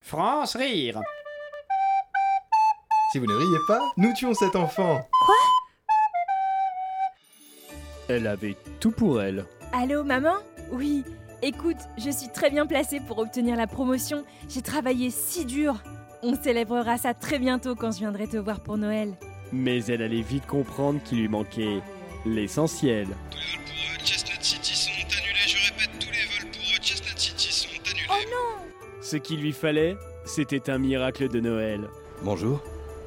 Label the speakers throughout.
Speaker 1: France rire.
Speaker 2: Si vous ne riez pas, nous tuons cet enfant
Speaker 3: Elle avait tout pour elle.
Speaker 4: Allô, maman Oui, écoute, je suis très bien placée pour obtenir la promotion. J'ai travaillé si dur. On célébrera ça très bientôt quand je viendrai te voir pour Noël.
Speaker 3: Mais elle allait vite comprendre qu'il lui manquait l'essentiel.
Speaker 5: Chestnut City sont annulés, je répète, tous les vols pour euh, Chestnut City sont annulés.
Speaker 4: Oh
Speaker 3: Ce qu'il lui fallait, c'était un miracle de Noël.
Speaker 2: Bonjour.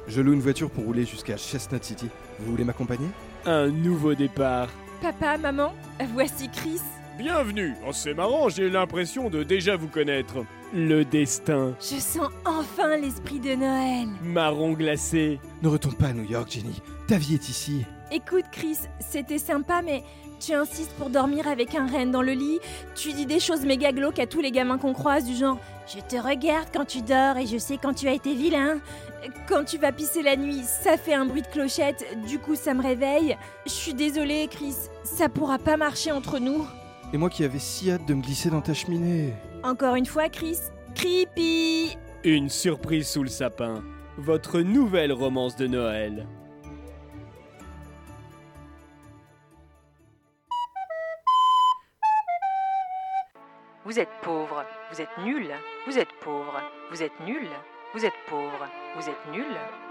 Speaker 2: Je loue une voiture pour rouler jusqu'à Chestnut City. Vous voulez m'accompagner
Speaker 3: Un nouveau départ.
Speaker 4: Papa, maman, voici Chris.
Speaker 3: Bienvenue Oh, c'est marrant, j'ai l'impression de déjà vous connaître. Le destin.
Speaker 4: Je sens enfin l'esprit de Noël.
Speaker 3: Marron glacé.
Speaker 2: Ne retombe pas à New York, Jenny. Ta vie est ici.
Speaker 4: Écoute, Chris, c'était sympa, mais tu insistes pour dormir avec un renne dans le lit. Tu dis des choses méga glauques à tous les gamins qu'on croise, du genre Je te regarde quand tu dors et je sais quand tu as été vilain. Quand tu vas pisser la nuit, ça fait un bruit de clochette, du coup ça me réveille. Je suis désolée, Chris, ça pourra pas marcher entre nous.
Speaker 2: Et moi qui avais si hâte de me glisser dans ta cheminée.
Speaker 4: Encore une fois, Chris, creepy
Speaker 3: Une surprise sous le sapin. Votre nouvelle romance de Noël.
Speaker 6: Vous êtes pauvre, vous êtes nul, vous êtes pauvre, vous êtes nul, vous êtes pauvre, vous êtes nul,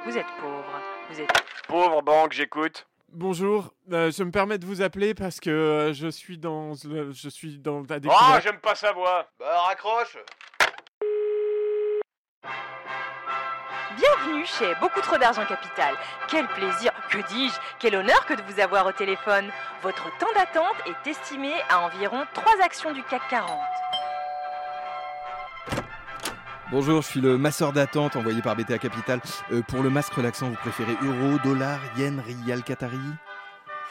Speaker 6: vous êtes pauvre, vous êtes
Speaker 3: Pauvre banque, j'écoute.
Speaker 7: Bonjour, euh, je me permets de vous appeler parce que euh, je suis dans le- je suis dans la
Speaker 8: Oh,
Speaker 7: découverte.
Speaker 8: j'aime pas sa voix
Speaker 5: Bah raccroche
Speaker 6: Bienvenue chez Beaucoup trop d'argent capital. Quel plaisir, que dis-je, quel honneur que de vous avoir au téléphone. Votre temps d'attente est estimé à environ 3 actions du CAC 40.
Speaker 2: Bonjour, je suis le masseur d'attente envoyé par BTA Capital. Euh, pour le masque relaxant, vous préférez euro, dollar, yen, rial, qatari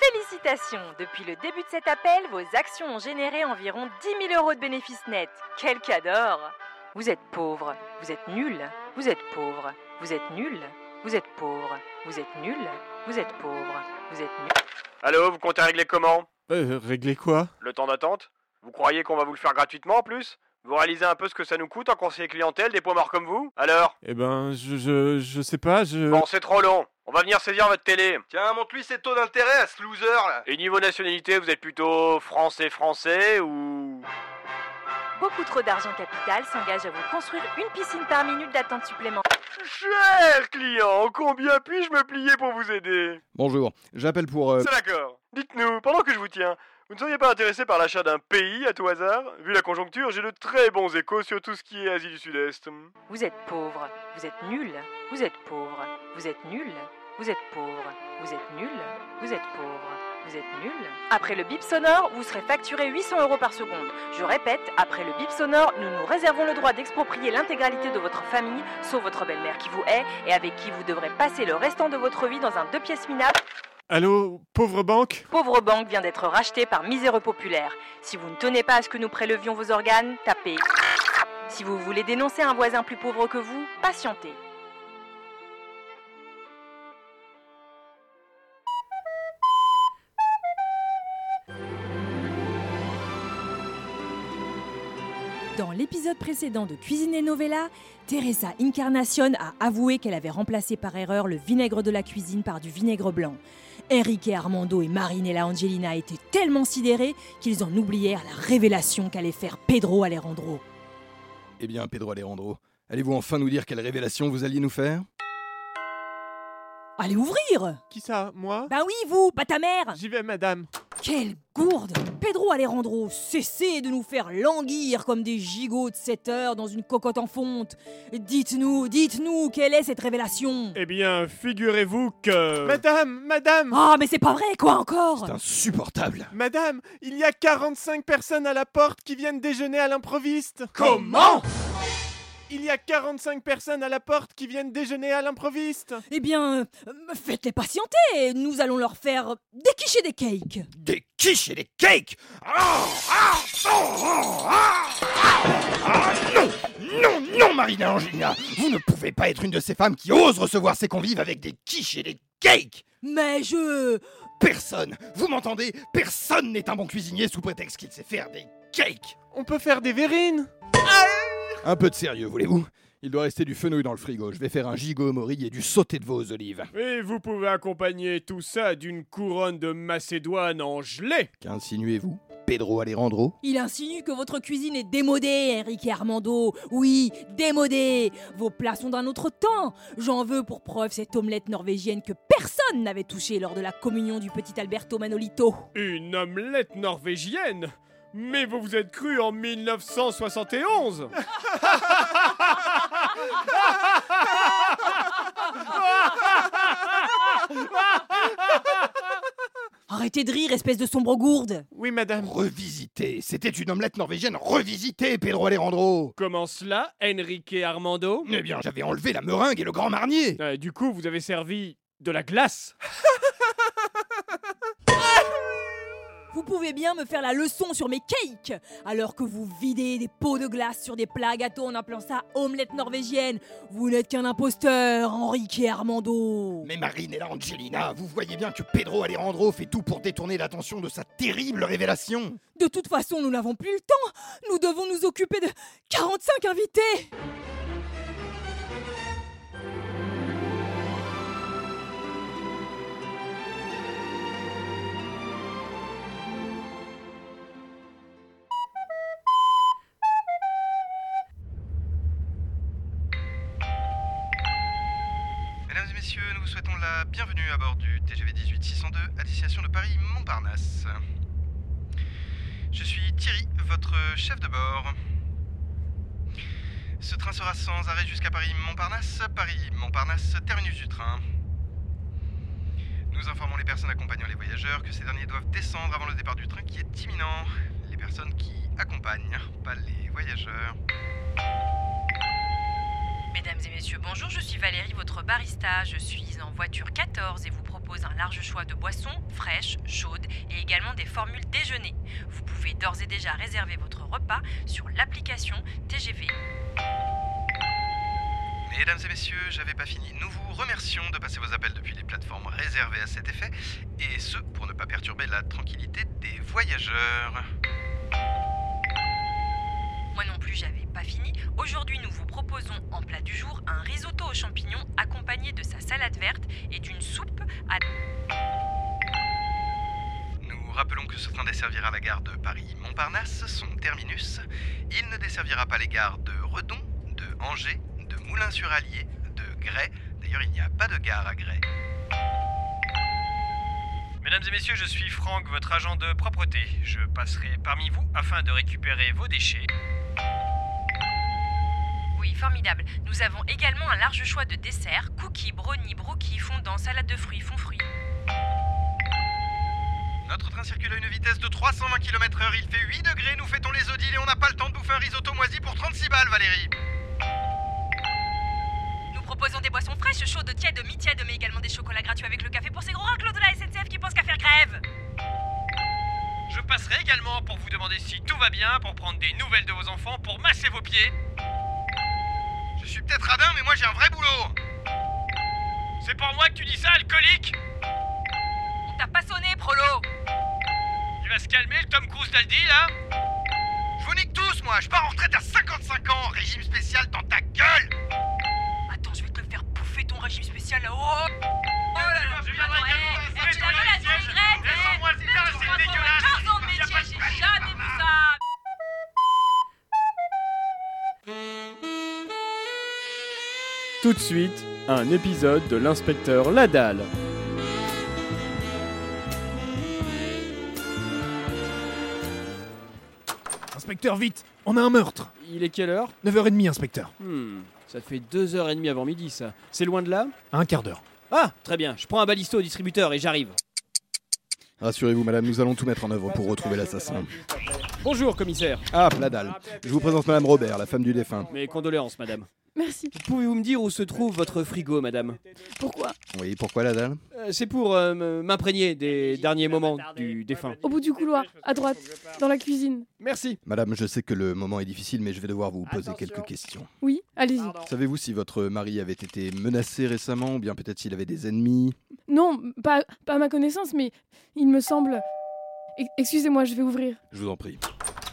Speaker 6: Félicitations, depuis le début de cet appel, vos actions ont généré environ 10 000 euros de bénéfices nets. Quel cador Vous êtes pauvre, vous êtes nul, vous êtes pauvre, vous êtes nul, vous êtes pauvre, vous êtes nul, vous êtes pauvre, vous êtes nul.
Speaker 8: Allô, vous comptez régler comment
Speaker 7: Euh, régler quoi
Speaker 8: Le temps d'attente Vous croyez qu'on va vous le faire gratuitement en plus Vous réalisez un peu ce que ça nous coûte en conseiller clientèle, des pommards comme vous Alors
Speaker 7: Eh ben, je, je je sais pas, je
Speaker 8: Bon, c'est trop long On va venir saisir votre télé
Speaker 5: Tiens, montre-lui ses taux d'intérêt à ce loser là
Speaker 8: Et niveau nationalité, vous êtes plutôt français-français ou...
Speaker 6: Beaucoup trop d'argent capital s'engage à vous construire une piscine par minute d'attente supplémentaire.
Speaker 8: Cher client, combien puis-je me plier pour vous aider
Speaker 2: Bonjour, j'appelle pour... euh,
Speaker 8: C'est d'accord. Dites-nous, pendant que je vous tiens, vous ne seriez pas intéressé par l'achat d'un pays à tout hasard Vu la conjoncture, j'ai de très bons échos sur tout ce qui est Asie du Sud-Est.
Speaker 6: Vous êtes pauvre, vous êtes nul, vous êtes pauvre, vous êtes nul, vous êtes pauvre, vous êtes nul, vous êtes pauvre, vous êtes nul. Après le bip sonore, vous serez facturé 800 euros par seconde. Je répète, après le bip sonore, nous nous réservons le droit d'exproprier l'intégralité de votre famille, sauf votre belle-mère qui vous hait et avec qui vous devrez passer le restant de votre vie dans un deux pièces minable.
Speaker 7: Allô, pauvre banque
Speaker 6: Pauvre banque vient d'être rachetée par Miséreux Populaire. Si vous ne tenez pas à ce que nous prélevions vos organes, tapez. Si vous voulez dénoncer un voisin plus pauvre que vous, patientez.
Speaker 4: Dans l'épisode précédent de Cuisine et Novella, Teresa Incarnacion a avoué qu'elle avait remplacé par erreur le vinaigre de la cuisine par du vinaigre blanc. Enrique Armando et Marinella Angelina étaient tellement sidérés qu'ils en oublièrent la révélation qu'allait faire Pedro Alejandro.
Speaker 2: Eh bien, Pedro Alejandro, allez-vous enfin nous dire quelle révélation vous alliez nous faire
Speaker 4: Allez ouvrir
Speaker 7: Qui ça Moi
Speaker 4: Bah oui, vous, pas ta mère
Speaker 7: J'y vais, madame.
Speaker 4: Quelle gourde Pedro Alejandro, cessez de nous faire languir comme des gigots de 7 heures dans une cocotte en fonte Dites-nous, dites-nous, quelle est cette révélation
Speaker 3: Eh bien, figurez-vous que...
Speaker 7: Madame, madame,
Speaker 4: Ah, mais c'est pas vrai, quoi encore
Speaker 2: C'est
Speaker 9: Ah.
Speaker 2: insupportable
Speaker 7: madame, il y a 45 personnes à la porte qui viennent déjeuner à l'improviste.
Speaker 2: Comment
Speaker 7: Il y a 45 personnes à la porte qui viennent déjeuner à l'improviste.
Speaker 4: Eh bien, euh, faites-les patienter, nous allons leur faire déquicher des cakes.
Speaker 2: Des quiches et des cakes Ah, ah, oh, oh, ah, ah, ah, Non Non, non, Marina Angina Vous ne pouvez pas être une de ces femmes qui osent recevoir ses convives avec des quiches et des cakes
Speaker 4: Mais je...
Speaker 2: Personne Vous m'entendez Personne n'est un bon cuisinier sous prétexte qu'il sait faire des cakes
Speaker 7: On peut faire des verrines.
Speaker 2: Un peu de sérieux, voulez-vous Il doit rester du fenouil dans le frigo. Je vais faire un gigot mori et du sauté de vos olives.
Speaker 3: Et vous pouvez accompagner tout ça d'une couronne de Macédoine en gelée.
Speaker 2: Qu'insinuez-vous Pedro Alejandro
Speaker 4: Il insinue que votre cuisine est démodée, Eric et Armando. Oui, démodée. Vos plats sont d'un autre temps. J'en veux pour preuve cette omelette norvégienne que personne n'avait touchée lors de la communion du petit Alberto Manolito.
Speaker 3: Une omelette norvégienne Mais vous vous êtes cru en 1971
Speaker 4: Arrêtez de rire, espèce de sombre gourde.
Speaker 7: Oui, madame.
Speaker 2: Revisité C'était une omelette norvégienne revisitée, Pedro Alejandro
Speaker 3: Comment cela, Enrique Armando
Speaker 2: Eh bien, j'avais enlevé la meringue et le grand marnier
Speaker 3: Euh, Du coup, vous avez servi de la glace
Speaker 4: Vous pouvez bien me faire la leçon sur mes cakes, alors que vous videz des pots de glace sur des plats à gâteaux en appelant ça omelette norvégienne. Vous n'êtes qu'un imposteur, Enrique et Armando.
Speaker 2: Mais Marinella Angelina, vous voyez bien que Pedro Alejandro fait tout pour détourner l'attention de sa terrible révélation
Speaker 4: De toute façon, nous n'avons plus le temps. Nous devons nous occuper de 45 invités.
Speaker 5: Mesdames et messieurs, nous vous souhaitons la bienvenue à bord du TGV 18602 à destination de Paris-Montparnasse. Je suis Thierry, votre chef de bord. Ce train sera sans arrêt jusqu'à Paris-Montparnasse, Paris-Montparnasse, terminus du train. Nous informons les personnes accompagnant les voyageurs que ces derniers doivent descendre avant le départ du train qui est imminent. Les personnes qui accompagnent, pas les voyageurs.
Speaker 6: Mesdames et messieurs, bonjour, je suis Valérie, votre barista. Je suis en voiture 14 et vous propose un large choix de boissons fraîches, chaudes et également des formules déjeuner. Vous pouvez d'ores et déjà réserver votre repas sur l'application TGV.
Speaker 5: Mesdames et messieurs, j'avais pas fini. Nous vous remercions de passer vos appels depuis les plateformes réservées à cet effet, et ce pour ne pas perturber la tranquillité des voyageurs.
Speaker 6: Moi non plus, j'avais pas fini. Aujourd'hui, nous vous proposons en plat du jour un risotto aux champignons accompagné de sa salade verte et d'une soupe à
Speaker 5: Nous rappelons que ce train desservira la gare de Paris-Montparnasse, son terminus. Il ne desservira pas les gares de Redon, de Angers, de Moulins-sur-Allier, de Grès. D'ailleurs, il n'y a pas de gare à Grès. Mesdames et messieurs, je suis Franck, votre agent de propreté. Je passerai parmi vous afin de récupérer vos déchets.
Speaker 6: Oui, formidable. Nous avons également un large choix de desserts cookies, brownies, brookies, fondants, salade de fruits, fonds fruits.
Speaker 5: Notre train circule à une vitesse de 320 km/h, il fait 8 degrés, nous fêtons les Odile et on n'a pas le temps de bouffer un risotto moisi pour 36 balles, Valérie.
Speaker 6: Nous proposons des boissons fraîches, chaudes, tièdes, mi-tièdes, mais également des chocolats gratuits avec le café pour ces gros raclos de la SNCF qui pensent qu'à faire grève.
Speaker 5: Je passerai également pour vous demander si tout va bien, pour prendre des nouvelles de vos enfants, pour masser vos pieds. Je suis peut-être radin, mais moi j'ai un vrai boulot. C'est pour moi que tu dis ça, alcoolique
Speaker 6: On t'a pas sonné, Prolo
Speaker 5: Tu vas se calmer, le Tom Cruise d'Aldi, là Je vous nique tous, moi Je pars en retraite à 55 ans Régime spécial dans ta gueule
Speaker 6: Attends, je vais te le faire bouffer ton régime spécial là-haut Oh là là, putain,
Speaker 5: Je viendrai
Speaker 6: non,
Speaker 5: également
Speaker 6: eh,
Speaker 5: bouffer
Speaker 6: eh, tu
Speaker 5: ton
Speaker 6: l'as vu, la
Speaker 5: logiciel.
Speaker 6: vinaigrette, eh,
Speaker 5: Laissez-moi le faire,
Speaker 6: putain,
Speaker 5: c'est
Speaker 6: tu vois,
Speaker 5: dégueulasse.
Speaker 6: 15 ans de
Speaker 5: Il y a
Speaker 6: métier,
Speaker 5: pas de
Speaker 6: j'ai
Speaker 5: panique,
Speaker 6: jamais vu ça
Speaker 3: Tout de suite, un épisode de l'inspecteur Ladal.
Speaker 1: Inspecteur, vite On a un meurtre
Speaker 10: Il est quelle heure
Speaker 1: 9h30, inspecteur.
Speaker 10: Hmm, ça fait deux heures et demie avant midi, ça. C'est loin de là
Speaker 1: À un quart d'heure.
Speaker 10: Ah, très bien, je prends un balisto au distributeur et j'arrive.
Speaker 2: Rassurez-vous, madame, nous allons tout mettre en œuvre pour retrouver l'assassin.
Speaker 10: Bonjour, commissaire.
Speaker 2: Ah, Pladal. Je vous présente madame Robert, la femme du défunt.
Speaker 10: Mes condoléances, madame.
Speaker 9: Merci.
Speaker 10: Pouvez-vous me dire où se trouve votre frigo, madame
Speaker 9: Pourquoi
Speaker 2: Oui, pourquoi Ladal
Speaker 10: Euh, C'est pour euh, m- m'imprégner des derniers moments du défunt.
Speaker 9: Au bout du couloir, à droite, dans la cuisine.
Speaker 10: Merci.
Speaker 2: Madame, je sais que le moment est difficile, mais je vais devoir vous poser
Speaker 3: Attention.
Speaker 2: quelques questions.
Speaker 9: Oui, allez-y.
Speaker 2: Savez-vous si votre mari avait été menacé récemment, ou bien peut-être s'il avait des ennemis
Speaker 9: Non, pas, pas à ma connaissance, mais il me semble. Ex- Excusez-moi, je vais ouvrir.
Speaker 2: Je vous en prie.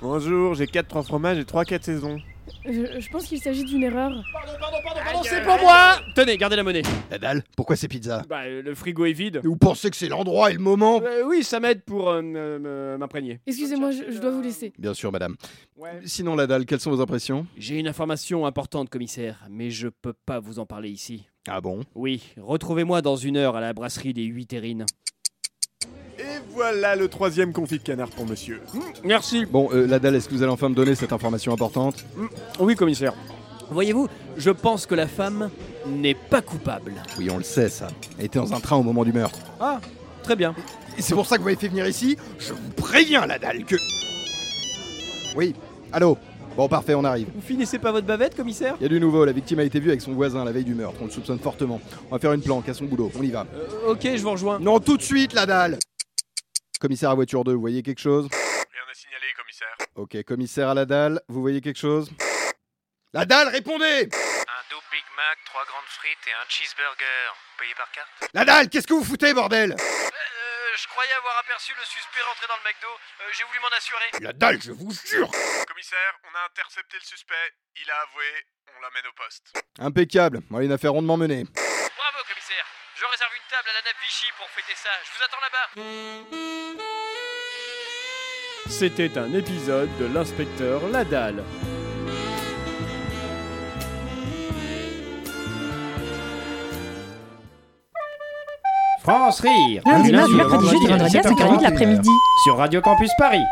Speaker 7: Bonjour, j'ai 4 trois fromages et 3 4 saisons. Je, je pense qu'il s'agit d'une erreur.
Speaker 3: Non, c'est pour moi Tenez, gardez la monnaie.
Speaker 2: La dalle, pourquoi ces pizzas
Speaker 11: Bah, euh, le frigo est vide.
Speaker 2: Vous pensez que c'est l'endroit et le moment
Speaker 3: Euh, oui, ça m'aide pour euh, me- me- m'imprégner.
Speaker 7: Excusez-moi, je, je dois vous laisser.
Speaker 2: Bien sûr, madame. Sinon, la dalle, quelles sont vos impressions
Speaker 3: J'ai une information importante, commissaire, mais je peux pas vous en parler ici.
Speaker 2: Ah bon
Speaker 3: Oui, retrouvez-moi dans une heure à la brasserie des huit terrines.
Speaker 11: Et voilà le troisième confit de canard pour monsieur.
Speaker 3: Hmm, Merci.
Speaker 2: Bon, euh, la dalle, est-ce que vous allez enfin me donner cette information importante
Speaker 3: Oui, commissaire. Voyez-vous, je pense que la femme n'est pas coupable.
Speaker 2: Oui, on le sait, ça. Elle était dans un train au moment du meurtre.
Speaker 3: Ah, très bien.
Speaker 2: Et c'est pour ça que vous m'avez fait venir ici Je vous préviens, la dalle, que... Oui, allô Bon, parfait, on arrive.
Speaker 3: Vous finissez pas votre bavette, commissaire
Speaker 2: Il y a du nouveau, la victime a été vue avec son voisin la veille du meurtre. On le soupçonne fortement. On va faire une planque à son boulot, on y va.
Speaker 11: Euh,
Speaker 3: Ok, je vous rejoins.
Speaker 2: Non, tout de suite, la dalle Commissaire à voiture 2, vous voyez quelque chose
Speaker 5: Rien à signaler, commissaire.
Speaker 2: Ok, commissaire à la dalle, vous voyez quelque chose La dalle, répondez
Speaker 12: Un double Big Mac, trois grandes frites et un cheeseburger. Payé par carte
Speaker 2: La dalle, qu'est-ce que vous foutez, bordel
Speaker 12: Euh, je croyais avoir aperçu le suspect rentrer dans le McDo. Euh, J'ai voulu m'en assurer.
Speaker 2: La dalle, je vous jure
Speaker 5: Commissaire, on a intercepté le suspect. Il a avoué. On l'amène au poste.
Speaker 2: Impeccable, voilà une affaire rondement menée.
Speaker 12: Bravo, commissaire. Je réserve une table à la nappe Vichy pour fêter ça. Je vous attends là-bas.
Speaker 11: C'était un épisode de l'inspecteur Ladal.
Speaker 13: France Rire
Speaker 4: Lundi,
Speaker 13: du
Speaker 4: mardi,
Speaker 13: au
Speaker 4: mercredi, jeudi,
Speaker 13: vendredi à
Speaker 4: vendredi à
Speaker 13: 17h40,
Speaker 4: 5h40 de l'après-midi.
Speaker 13: sur Radio Campus Paris.